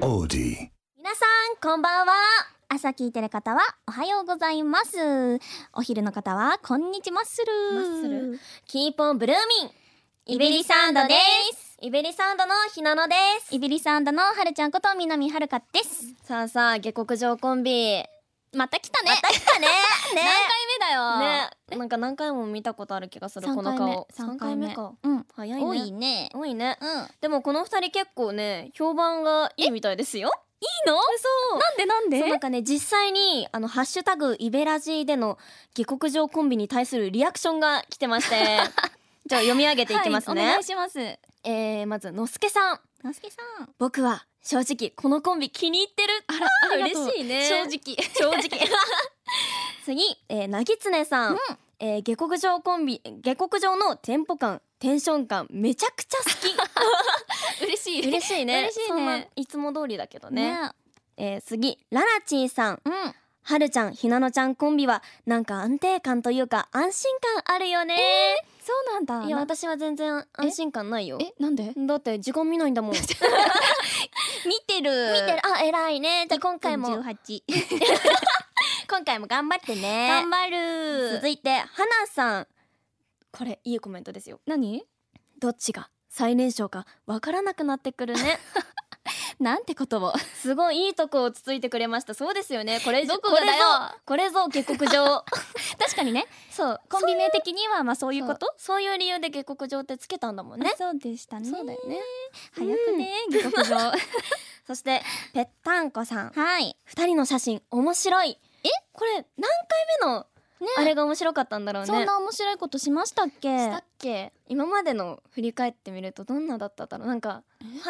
オーディ皆さんこんばんは朝聞いてる方はおはようございますお昼の方はこんにちマッスルマッスルキーポンブルーミンイベリサウンドですイベリサウンドのひなのですイベリサウンドのはるちゃんこと南はるかですさあさあ下克上コンビねまた来たねまた来 たねね何回目だよなんか何回も見たことある気がする三この顔三三回目かうん早いね多いね多いねうんいいでもこの二人結構ね評判がいいみたいですよのそうなんでなんそうでなんかね実際にあのハッシュタグイベラジーでの下克上コンビに対するリアクションが来てまして じゃあ読み上げていきますね、はいお願いしますえーまずのすけさんのすけさん僕は正直このコンビ気に入ってるありがとう嬉しいね正直正直次、えー、なぎつねさん、うんえー下克上コンビ下克上のテンポ感テンション感めちゃくちゃ好嬉しいき 嬉しいね嬉しいねそんないつも通りだけど ねねえー次ララチーさんうんはるちゃんひなのちゃんコンビはなんか安定感というか安心感あるよね、そうなんだいやな私は全然安心感ないよえなんでだって時間見ないんだもん 見てる見てるあ偉いねじゃあ今回も18 今回も頑張ってね頑張る続いてはなさんこれいいコメントですよ何どっちが最年少かわからなくなってくる ねなんてことをすごいいいとこをつついてくれましたそうですよねこれどこがだよこれぞこれぞ下克 上確かにねそうコンビ名的にはまあそういうことそういう理由で下克上ってつけたんだもんねあそうでしたそうだよね早くね下克上 そしてぺったんこさんはい二人の写真面白いえこれ何回目のねあれが面白かったんだろうねそんな面白いことしましたっけしたっけ今までの振り返ってみるとどんなだったんだろうなんかは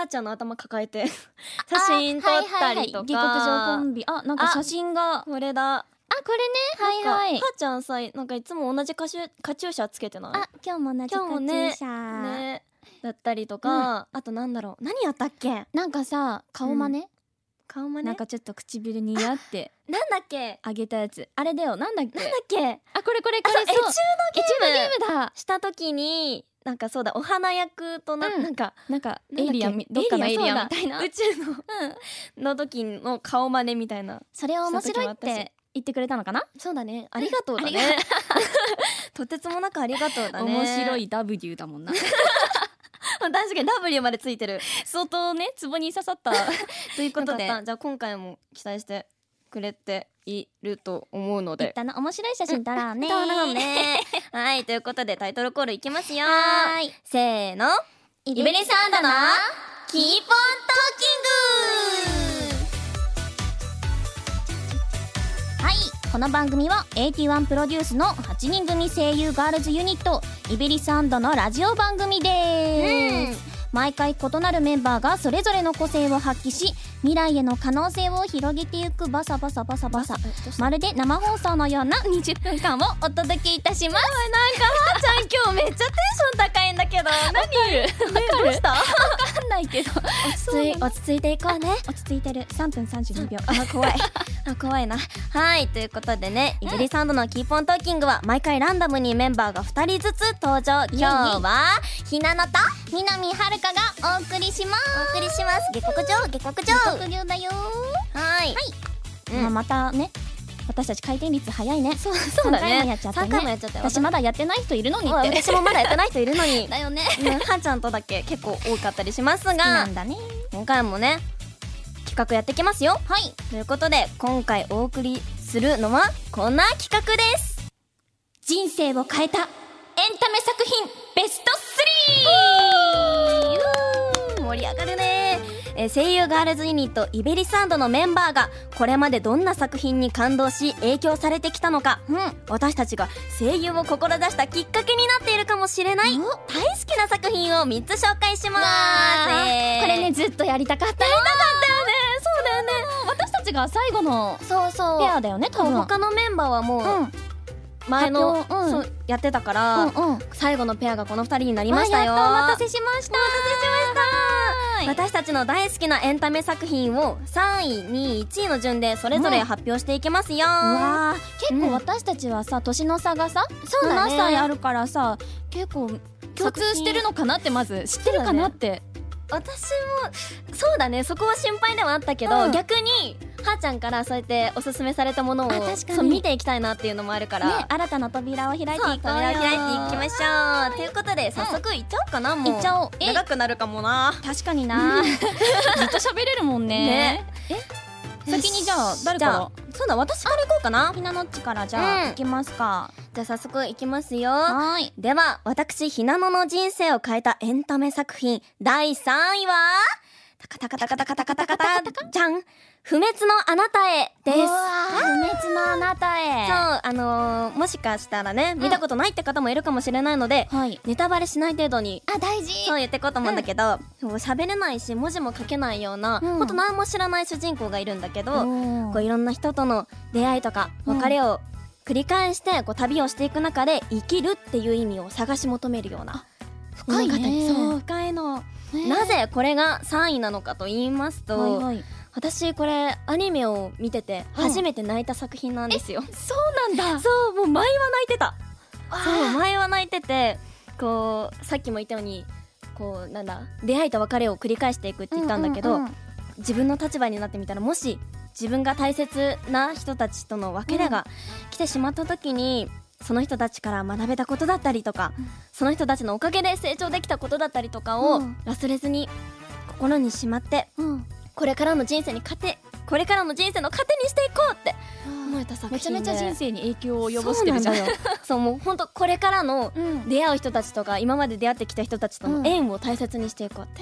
ーちゃんの頭抱えて 写真撮ったりとか、あはいはいはい下克上コンビあなんかあ写真があこれだこれねはいはなんいかはーちゃんさなんかいつも同じカシュカチューシャつけてなあ今日も同じ今日もねカチューシャいねだったりとか、あとなんだろう何やったっけなんかさ顔真似顔真似なんかちょっと唇にやってなんだっけあげたやつあれだよなんだっけなんだっけあこれこれあこそうれエチューのゲエチューのームゲームだした時になんかそうだお花役とな,、、うんんなんかなんかなエんだっけイリアンみどっかのエイリアンみたいなエイリアンそうだ宇宙の、の時の顔真似みたいなそれを面白いって言ってくれたのかなそうだね。ありがとうだありね。 とてつもなくありがとうだね。い W だもんな確かに W までついてる。相当ねツボに刺さったというとこいうこととで、でじゃあ今回も期待してくれていると思うのいっで。たな面白い写真撮ろうねだろうね。はい、ということでタイトルコールいきますよ。はーいせーの。イベリサウンドのキーポントーキングはいこの番組は81プロデュースの8人組声優ガールズユニットイベリサンドのラジオ番組です、毎回異なるメンバーがそれぞれの個性を発揮し未来への可能性を広げていくバサバサバサバサまるで生放送のような20分間をお届けいたしますちゃん今日めっちゃテンション高いんだけど。 何？ねどうした？わかんないけどそうなの落ち着いていこうね。落ち着いてる3分32秒あ怖いあ怖いなはいということでねイベリサンドのキーポントーキングは毎回ランダムにメンバーが2人ずつ登場今日はひなのと南はるかがお送りしますお送りします下克上下克上職業だよはいうんまあまたね私たち回転率早いねそうそうだ3回ねもやっちゃった3回もねやっちゃったよ私まだやってない人いるのにっ私て私もまだやってない人いるの にだよねうんはーちゃんとだけ結構多かったりしますながんだね今回もね企画やってきますよはいということで今回お送りするのはこんな企画です人生を変えたエンタメ作品ベストうーん盛り上がるね、えー声優ガールズユニットイベリサンドのメンバーがこれまでどんな作品に感動し影響されてきたのか 3! うん私たちが声優を志したきっかけになっているかもしれない大好きな作品を3つ紹介します、えーこれねずっとやりたかったやりたかったよねそうだよね私たちが最後のそうペそアだよね多う分他のメンバーはもううん前の、発表うんそうやってたから、うんうん最後のペアがこの2人になりましたよわあやったお待たせしましたお待たせしましたは私たちの大好きなエンタメ作品を3位2位1位の順でそれぞれ発表していきますよ、うわー結うん構私たちはさ、年の差がさうだね7歳あるからさ結構共通してるのかなってまず知ってるかなって私もそうだねそこは心配ではあったけど、うん逆にはーちゃんからそうやっておすすめされたものをあ確かにそう見ていきたいなっていうのもあるから、ね、新たな扉を開いていこうそうよ扉を開いていきましょうということで早速いっちゃおうかな、もういっちゃおうえ長くなるかもな確かにな ずっと喋れるもんねえ先にじゃあ誰かじらゃあそうだ私から行こうかなひなのっちからじゃあ、うんいきますかじゃあ早速いきますよはーいでは私ひなのの人生を変えたエンタメ作品第3位はタカタカタカタカタカタカタじゃん不滅のあなたへですうわー不滅のあなたへそうあのーもしかしたらね見たことないって方もいるかもしれないので、はいネタバレしない程度にあ大事そう言っていこうと思うんだけど、もう喋れないし文字も書けないような、うんほんと何も知らない主人公がいるんだけど、うんこういろんな人との出会いとかうん別れを繰り返してこう旅をしていく中で生きるっていう意味を探し求めるような深いね物語そう深いの、ねなぜこれが3位なのかと言いますと、はいはい私これアニメを見ててうん初めて泣いた作品なんですよ、そうなんだそうもう前は泣いてたそそうう前は泣いててこうさっきも言ったようにこうなんだ出会いと別れを繰り返していくって言ったんだけど、うう自分の立場になってみたらもし自分が大切な人たちとの別れが来てしまった時に、その人たちから学べたことだったりとか、うんその人たちのおかげで成長できたことだったりとかをうん忘れずに心にしまってうんうんこれからの人生に糧これからの人生の糧にしていこうって思えた作めちゃ品でめちゃ人生に影響を及ぼしてるじゃんそうなんだよそうもう本当これからの うん出会う人たちとか今まで出会ってきた人たちとうんの縁を大切にしていこうって、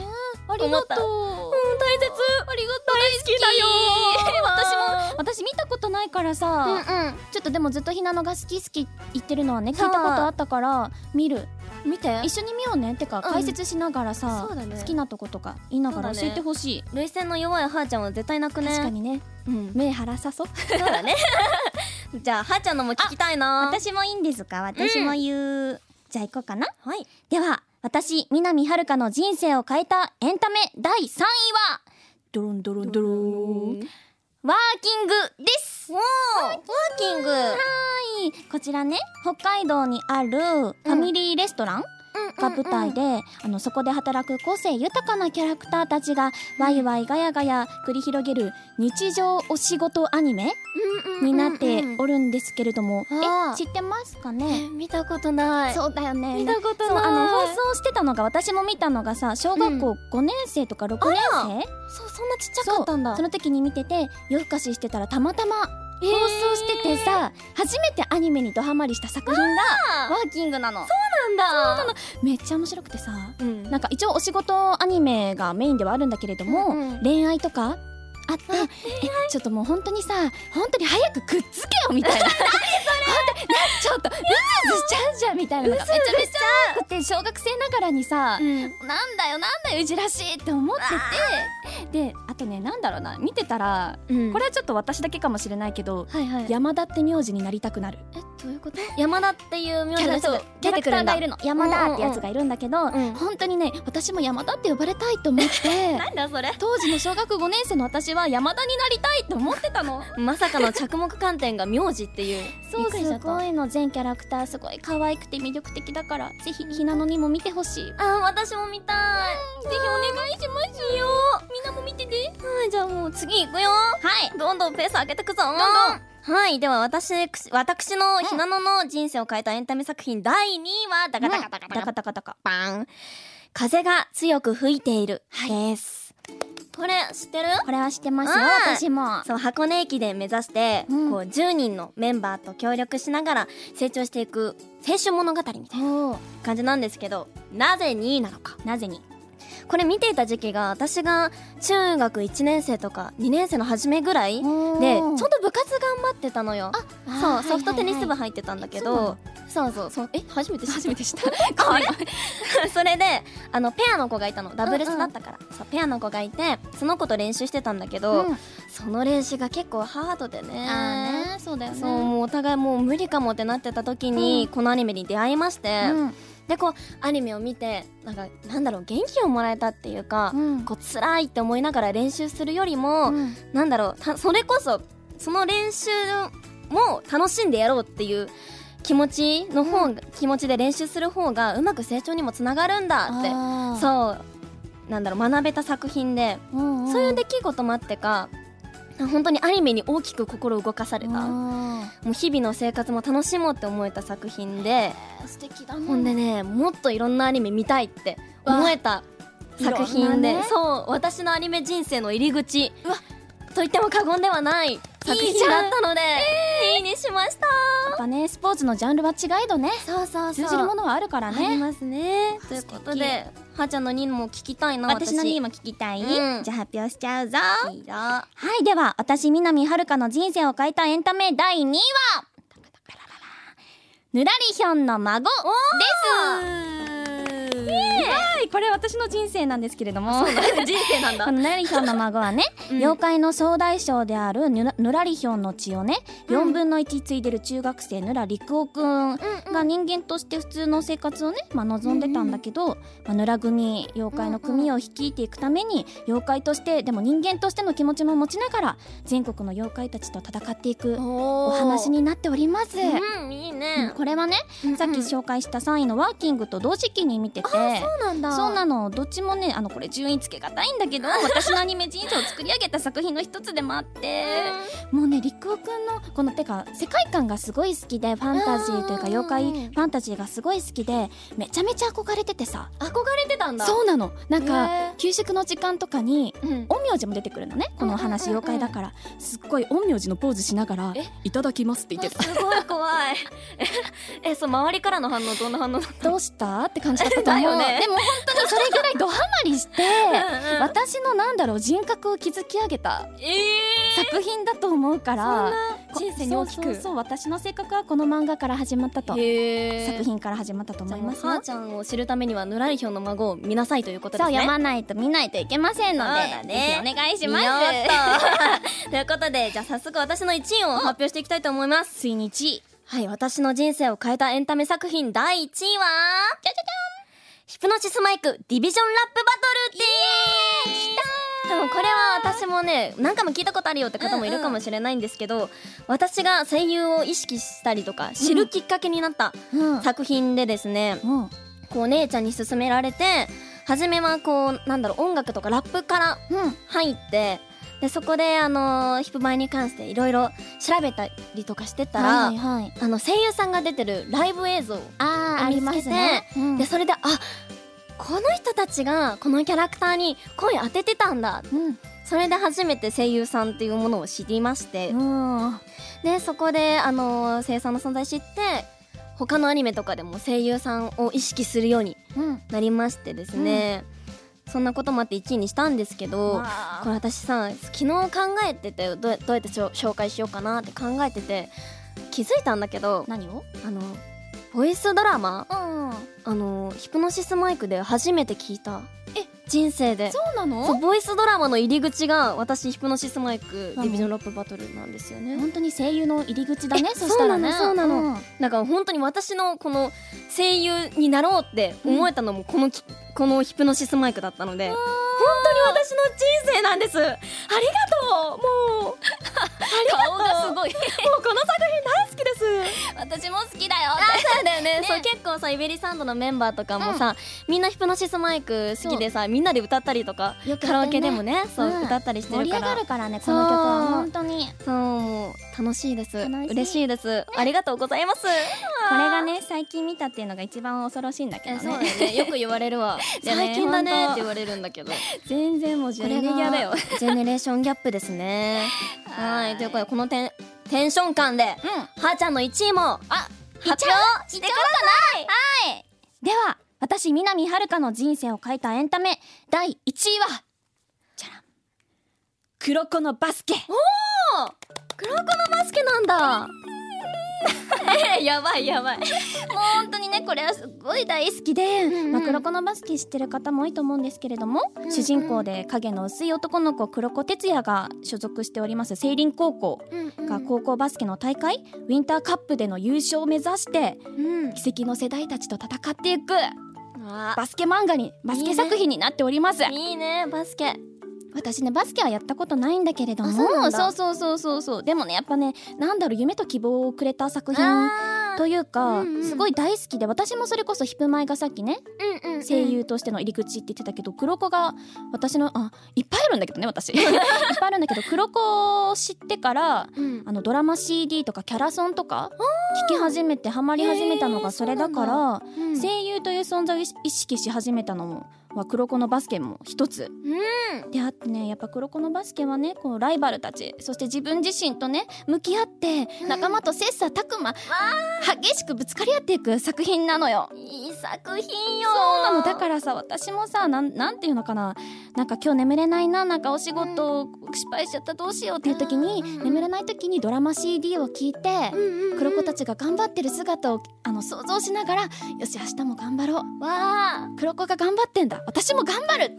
ありがとう大切ありがとう大好き私も私見たことないからさ、私もうんうんちょっとでもずっとひなのが好き好き言ってるのはね聞いそたうことあったから見る見て一緒に見ようねってかうん解説しながらさ、そうだね好きなとことか言いながらそうだ教ねえてほしい、涙腺の弱いはーちゃんは絶対泣くね確かにねうん、目晴らさ そうそうだね じゃあはーちゃんのも聞きたいなもいいんですか私も言う、じゃあ行こうかなはいでは私南遥香の人生を変えたエンタメ第3位はドロンドロンドロンワーキングですおーワーキングはいこちらね北海道にあるファミリーレストラン、が舞台で、あのそこで働く個性豊かなキャラクターたちがワイワイガヤガヤ繰り広げる日常お仕事アニメになっておるんですけれども、うんうんうんえ知ってますかね見たことないそうだよね見たことそうないあの放送してたのが私も見たのがさ小学校5年生とか6年あ生、そうそんなちっちゃかったんだその時に見てて夜更かししてたらたまたまえ放ー送しててさ、初めてアニメにドハマりした作品があワーキングなのーなんだめっちゃ面白くてさうんなんか一応お仕事アニメがメインではあるんだけれども、うんうん恋愛とかあってえちょっともう本当にさ本当に早くくっつけよみたいな 何それちょっとうずうずしちゃうじゃんみたいなのがめちゃめちゃ多くて小学生ながらにさ、うんなんだよなんだよいじらしいって思っててであとねなんだろうな見てたらうんこれはちょっと私だけかもしれないけど、はいはい山田って名字になりたくなるえどういうこと山田っていう名キ字ャのラ人そうがキ出ャラてクくタるーんだがいるの山田ってやつがいるんだけど、ん本当にね私も山田って呼ばれたいと思って なんだそれ当時の小学5年生の私は山田になりたいと思ってたのまさかの着目観点が名字っていうびっくりしちゃすったごいの全キャラクターすごい可愛くて魅力的だからぜひひなのにも見てほしいあー私も見たいぜひお願いしますよみんなも見てねはいじゃあもう次行くよはいどんどんペース上げてくぞどんんはいでは私くし私のひなのの人生を変えたエンタメ作品第2位はダカダカダカダカダカダカバン風が強く吹いているです、これ知ってるこれは知ってますようん私もそう箱根駅伝目指して、うんこう10人のメンバーと協力しながら成長していく青春物語みたいなおー感じなんですけどなぜ2位なのかなぜにこれ見ていた時期が私が中学1年生とか2年生の初めぐらいでちょっちょっと部活頑張ってたのよそうソフトテニス部っ入ってたんだけえそうなどのそうそうそうえ初めて初めて知った あれ それであのペアの子がいたのダブルスだったから、そうペアの子がいてその子と練習してたんだけど、うんその練習が結構ハードでねあーねそうだよねそうもうお互いもう無理かもってなってた時に、このアニメに出会いまして、うんでこうアニメを見てなんかなんだろう元気をもらえたっていうか、うんこう辛いって思いながら練習するよりも、うんなんだろうたそれこそその練習も楽しんでやろうっていう気持ちの方が、気持ちで練習する方がうまく成長にもつながるんだってあーそうなんだろう学べた作品で、うんうんそういう出来事もあってか本当にアニメに大きく心を動かされた、もあう日々の生活も楽しもうって思えた作品で、ー素敵だほんでねもっといろんなアニメ見たいって思えた作いろん品で、なねそう私のアニメ人生の入り口うわと言っても過言ではない作いい品じゃだんったのでいいにしましたやっぱねスポーツのジャンルは違えどねそうそう通じるものはあるからありねますねということではーちゃんの2も聞きたいな私にも聞きたいうんじゃあ発表しちゃうぞいいよはい、では、私、南遥の人生を変えたエンタメ第2位は、ぬらりひょんの孫です はい、これ私の人生なんですけれども、人生なんだこのぬらりひょんの孫はね、妖怪の総大将であるぬらぬらりひょんの血をね、うん4分の1継いでる中学生ぬらりくおくんが人間として普通の生活をね、まあ、望んでたんだけど、まあ、ぬら組妖怪の組を率いていくために妖怪としてでも人間としての気持ちも持ちながら全国の妖怪たちと戦っていくおお話になっております。うんいいうんねこれはね、さっきそ紹介した3位のワーキングと同時期に見てて。うなんだそうなのどっちもねあのこれ順位つけがたいんだけど私のアニメ人生を作り上げた作品の一つでもあってもうね陸くんのこのてか世界観がすごい好きでファンタジーというかうんうんうん妖怪ファンタジーがすごい好きでめちゃめちゃ憧れててさ憧れてたんだそうなのなんかへ給食の時間とかにーうん陰陽師も出てくるのねこのお話うんうんうんうん妖怪だからすっごい陰陽師のポーズしながらえ「いただきます」って言ってたあすご い怖いええそう周りからの反応どんな反応だっどうしたって感じだったとだ思う、よねでも本当にそれぐらいドハマりしてたうんうん私のなんだろう人格を築き上げたええ作品だと思うかそんらな人生に大きそうそうくそう私の性格はこの漫画から始まったとへー作品から始まったと思じゃあいもうますはーよちゃんを知るためにはぬらりひょんの孫を見なさいということでそうすね読まないと見ないといけませんのそうだで、ねぜひお願いしま見よすうっと ということでじゃあ早速私の1位を発表していきたいと思いますついに1位はい私の人生を変えたエンタメ作品第1位はじゃじゃじゃんヒプノシスマイクディビジョンラップバトルです多分これは私もね何回も聞いたことあるよって方もいるかもしれないんですけど、私が声優を意識したりとか知るきっかけになったうん作品でですね、うんこう姉ちゃんに勧められて初めはこうなんだろう音楽とかラップから入ってでそこであのーヒップマイに関していろいろ調べたりとかしてたら、はいはいはいあの声優さんが出てるライブ映像、あーあありますねでそれであこの人たちがこのキャラクターに声当ててたんだうんそれで初めて声優さんっていうものを知りまして、うんでそこであのー声優さんの存在知って他のアニメとかでも声優さんを意識するようにうんなりましてですね、そんなこともあって1位にしたんですけどこれ私さ昨日考えててどうどうやってしょ紹介しようかなって考えてて気づいたんだけど何をあのボイスドラマうんあのヒプノシスマイクで初めて聞いたえ人生でそうなのそうボイスドラマの入り口が私ヒプノシスマイクうんディビジョンラップバトルなんですよね本当に声優の入り口だねえそしたらねそうなのそうなのだから本当に私のこの声優になろうって思えたのもこのき、このヒプノシスマイクだったので本当に私の人生なんですありがとうもう顔がすご いもうこの作品大好きです私も好きだよそうだよねねそう結構さイベリサンドのメンバーとかもさ、みんなヒプノシスマイク好きでさみんなで歌ったりとかよくやってねカラオケでもねそう、うん歌ったりして盛るりか上がらるからねそこうの曲は本当にそうもう楽しいです楽しい嬉しいですありがとうございますここれがね最近見たっていうのが一番恐ろしいんだけどそうだねねよく言われるわいやね 最近だねほっんとて言われるんだけど全然もうジェネギャだよこれがジェネレーションギャップですねは はいいということでこのテンテンション感ではうんーちゃんの1位も発あ表してくださいでは私南遥の人生を変えたエンタメ第1位はじゃらん黒子のバスケ黒子のバスケなんだえー やばいやばいもう本当にねこれはすごい大好きで、んうんまあ、黒子のバスケ知ってる方も多いと思うんですけれども、ん主人公で影の薄い男の子黒子哲也が所属しております青林高校が高校バスケの大会、ウィンターカップでの優勝を目指してうん奇跡の世代たちと戦っていくわバスケ漫画にバスケ作品になっておりますいいねバスケ私ねバスケはやったことないんだけれどもあそうなんだそうそうそうそうそうでもねやっぱねなんだろう夢と希望をくれた作品あというか、うんうんすごい大好きで私もそれこそヒプマイがさっきねうんうん声優としての入り口って言ってたけど黒子が私のあいっぱいあるんだけどね 私いっぱいあるんだけど黒子を知ってからうんあのドラマ CD とかキャラソンとか聞き始めてハマり始めたのがそれだから、うん声優という存在を意識し始めたのもは黒子のバスケも一つうであってねやっぱ黒子のバスケはねこうライバルたちそして自分自身とね向き合ってうん仲間と切磋琢磨、激しくぶつかり合っていく作品なのよ。んいい作品よそうなのだからさ私もさなんなんていうのかななんか今日眠れないななんかお仕事失敗しちゃったどうしようっていう時に、うんうんうん眠れない時にドラマ CD を聞いて、うんうん黒子たちが頑張ってる姿をあの想像しながらよし明日も頑張ろうわあ黒子が頑張ってんだ私も頑張るって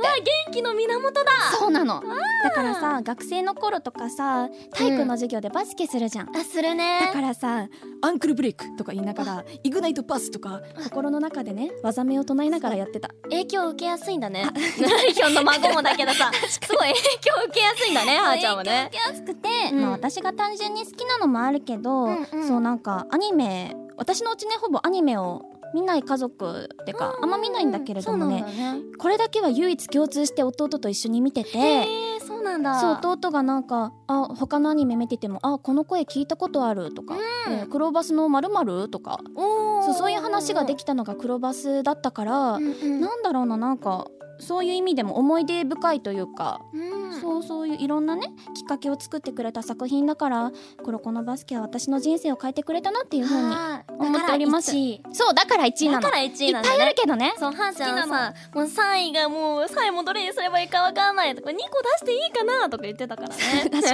元気の源だそうなのだからさ学生の頃とかさ体育の授業でバスケするじゃん、あするねだからさアンクルブレイクとか言いながらイグナイトパスとか心の中でね技名を唱えながらやってた影響を受けやすいんだね ひょんの孫もだけどさすごい影響を受けやすいんだねはーちゃんはね影響受けやすくて、うんまあ、私が単純に好きなのもあるけど、うんうんそうなんかアニメ私のうちねほぼアニメを見ない家族ってか、あんま見ないんだけれどもねそうなんだねこれだけは唯一共通して弟と一緒に見てて。へえそうなんだそう弟がなんかあ他のアニメ見てても「あこの声聞いたことある」とか「うんえークローバスのまるとかおーそうそういう話ができたのがクローバスだったから、うんうんなんだろうななんかそういう意味でも思い出深いというか、うんそうそういういろんなねきっかけを作ってくれた作品だから「黒子のバスケ」は私の人生を変えてくれたなっていうふうにはー思っておりますだから一位そうだから1位なだのから1位なんいっだぱいあねるけどねそうはーちゃん好はきなさもう3位がもう3位もどれにすればいいかわかんないとか2個出していいかなとか言ってたからね 確か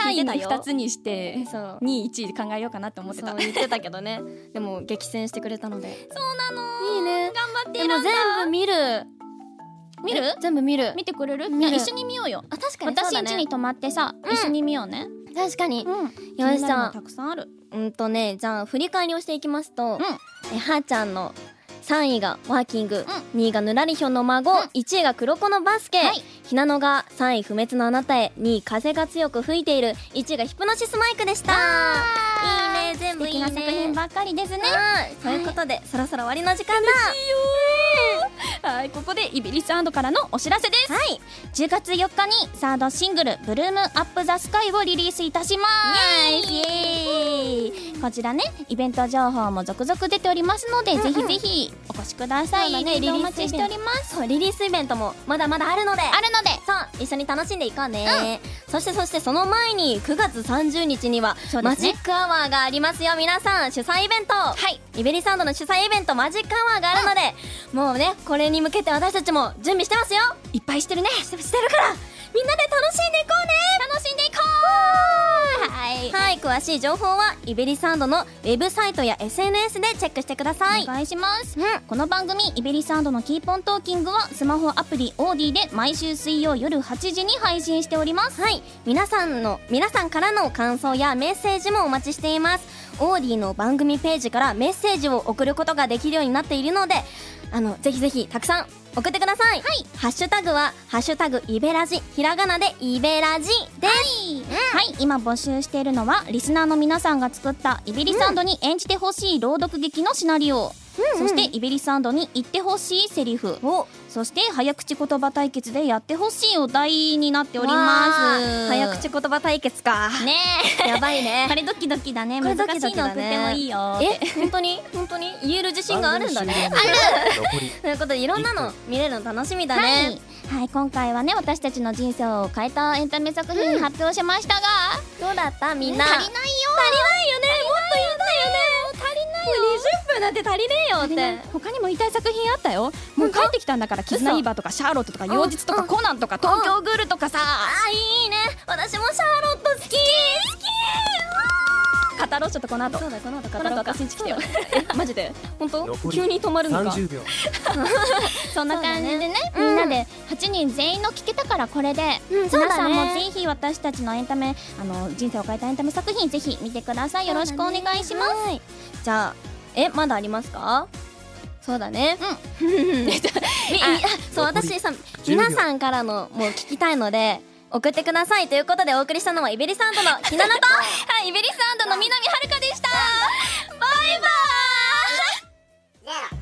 3位聞いてたによ2つにしてそう2位1位で考えようかなって思ってそたう言ってたけどねでも激戦してくれたのでそうなのいいね頑張ってでも全部見る見るえ全部見る見てくれる見いるや一緒に見ようよあ確かにそう私だんね家に泊まってさ、うん一緒に見ようね確かにうんよしさんたくさんあるうんとねじゃあ振り返りをしていきますと、うえはーちゃんの3位がワーキング、う2位がぬらりひょんの孫、うん1位が黒子のバスケ、はいひなのが3位不滅のあなたへ2位風が強く吹いている1位がヒプノシスマイクでしたいいね全部いいね素敵な作品ばっかりですねはいということで、そろそろ終わりの時間だはいここでイビリスからのお知らせですはい10月4日にサードシングル「ブルームアップザスカイをリリースいたしますこちらねイベント情報も続々出ておりますので、うんうんぜひぜひお越しくださいそうだねイベントおリリー待スイベンちしトておりますそうリリースイベントもまだまだあるのであるのでそう一緒に楽しんでいこうね、そしてそしてその前に9月30日には、そうでマすねジックアワーがありますよ皆さん主催イベントはいイベリサンドの主催イベントマジックアワーがあるので、もうねこれに向けて私たちも準備してますよいっぱいしてるねしてしてるからみんなで楽しんでいこうね楽しんでいこうはいはい詳しい情報はイベリサンドのウェブサイトや SNS でチェックしてくださおい願いします、うんこの番組「イベリサンドのキーポントーキング」はスマホアプリオーディで毎週水曜夜8時に配信しておりますはい皆さんの皆さんからの感想やメッセージもお待ちしていますオーディの番組ページからメッセージを送ることができるようになっているのであのぜひぜひたくさん送ってください、はい、ハッシュタグは「ハッシュタグイベラジ」ひらがなで「イベラジ」です、はい、はい、今募集しているのはリスナーの皆さんが作ったイベリサンドに演じてほしい朗読劇のシナリオ、うんうんそしてイベリサンドに言ってほしいセリフおそして早口言葉対決でやってほしいお題になっておりわまーす早口言葉対決 かねやばいえ ねあれドキドキだねこれ難ドキしドいキのだ送っねてもいいよ え本当に本当に言える自信があるんだね番組終了残りということでいろんなの見れるの楽しみだね、はい、はい、今回はね私たちの人生を変えたエンタメ作品発表しましたが、どうだったみんな足りないよ足りないよねもっと言ったよね足りないよ20分だって足りねえよだっってて他にも言いたい作品あったよもう帰ってきたんだから「キズナイーバー」とか「シャーロット」とか「嘘妖術」とうか「んコナン」とか「東京グール」とかさあいいね私もシャーロット好き好カタロッショとこの後うだこの後カタロッショ私んち来てよマジで本当残り急に止まるのか30秒そんな感じでねそうだねみんなで8人全員の聞けたからこれで、うんそう皆ださねんもぜひ私たちのエンタメあの人生を変えたエンタメ作品ぜひ見てくださいよろしくお願いします、す、はいじゃあえまだありますかそうだねうん あそう残り私さ10秒皆さんからのもう聞きたいので送ってくださいということで お送りしたのはイベリサンドのひなのとはいイベリスの南遥でしたバイバイゼロ